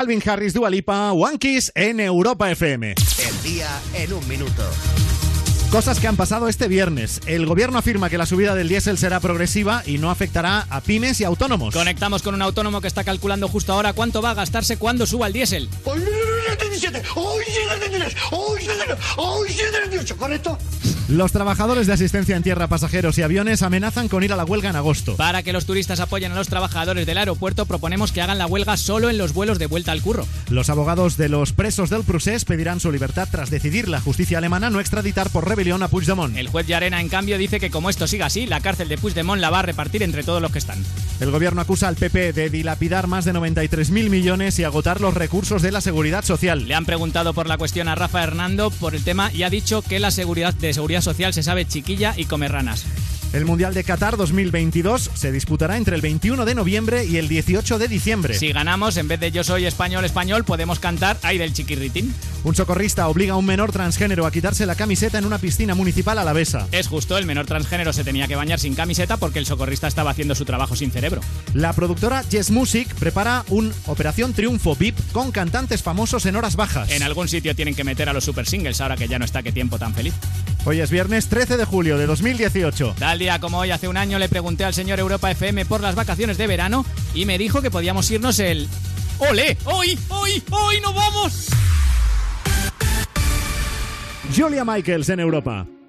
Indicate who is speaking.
Speaker 1: Alvin Harris, Dualipa, One Kiss en Europa FM.
Speaker 2: El día en un minuto.
Speaker 1: Cosas que han pasado este viernes. El gobierno afirma que la subida del diésel será progresiva y no afectará a pymes y autónomos.
Speaker 3: Conectamos con un autónomo que está calculando justo ahora cuánto va a gastarse cuando suba el diésel.
Speaker 2: ¿correcto?
Speaker 1: Los trabajadores de asistencia en tierra, pasajeros y aviones amenazan con ir a la huelga en agosto.
Speaker 3: Para que los turistas apoyen a los trabajadores del aeropuerto, proponemos que hagan la huelga solo en los vuelos de vuelta al curro.
Speaker 1: Los abogados de los presos del Prusés pedirán su libertad tras decidir la justicia alemana no extraditar por rebelión a Puigdemont.
Speaker 3: El juez de Arena, en cambio, dice que como esto siga así, la cárcel de Puigdemont la va a repartir entre todos los que están.
Speaker 1: El gobierno acusa al PP de dilapidar más de 93.000 millones y agotar los recursos de la seguridad social.
Speaker 3: Le han preguntado por la cuestión a Rafa Hernando por el tema y ha dicho que la seguridad de seguridad social se sabe chiquilla y come ranas.
Speaker 1: El Mundial de Qatar 2022 se disputará entre el 21 de noviembre y el 18 de diciembre.
Speaker 3: Si ganamos, en vez de Yo soy español, español, podemos cantar Ay del chiquirritín.
Speaker 1: Un socorrista obliga a un menor transgénero a quitarse la camiseta en una piscina municipal a la besa.
Speaker 3: Es justo, el menor transgénero se tenía que bañar sin camiseta porque el socorrista estaba haciendo su trabajo sin cerebro.
Speaker 1: La productora Yes Music prepara un Operación Triunfo VIP con cantantes famosos en horas bajas.
Speaker 3: En algún sitio tienen que meter a los super singles ahora que ya no está qué tiempo tan feliz.
Speaker 1: Hoy es viernes 13 de julio de 2018.
Speaker 3: Tal día como hoy, hace un año, le pregunté al señor Europa FM por las vacaciones de verano y me dijo que podíamos irnos el. ¡Ole! ¡Hoy! ¡Hoy! ¡Hoy nos vamos!
Speaker 1: Julia Michaels en Europa.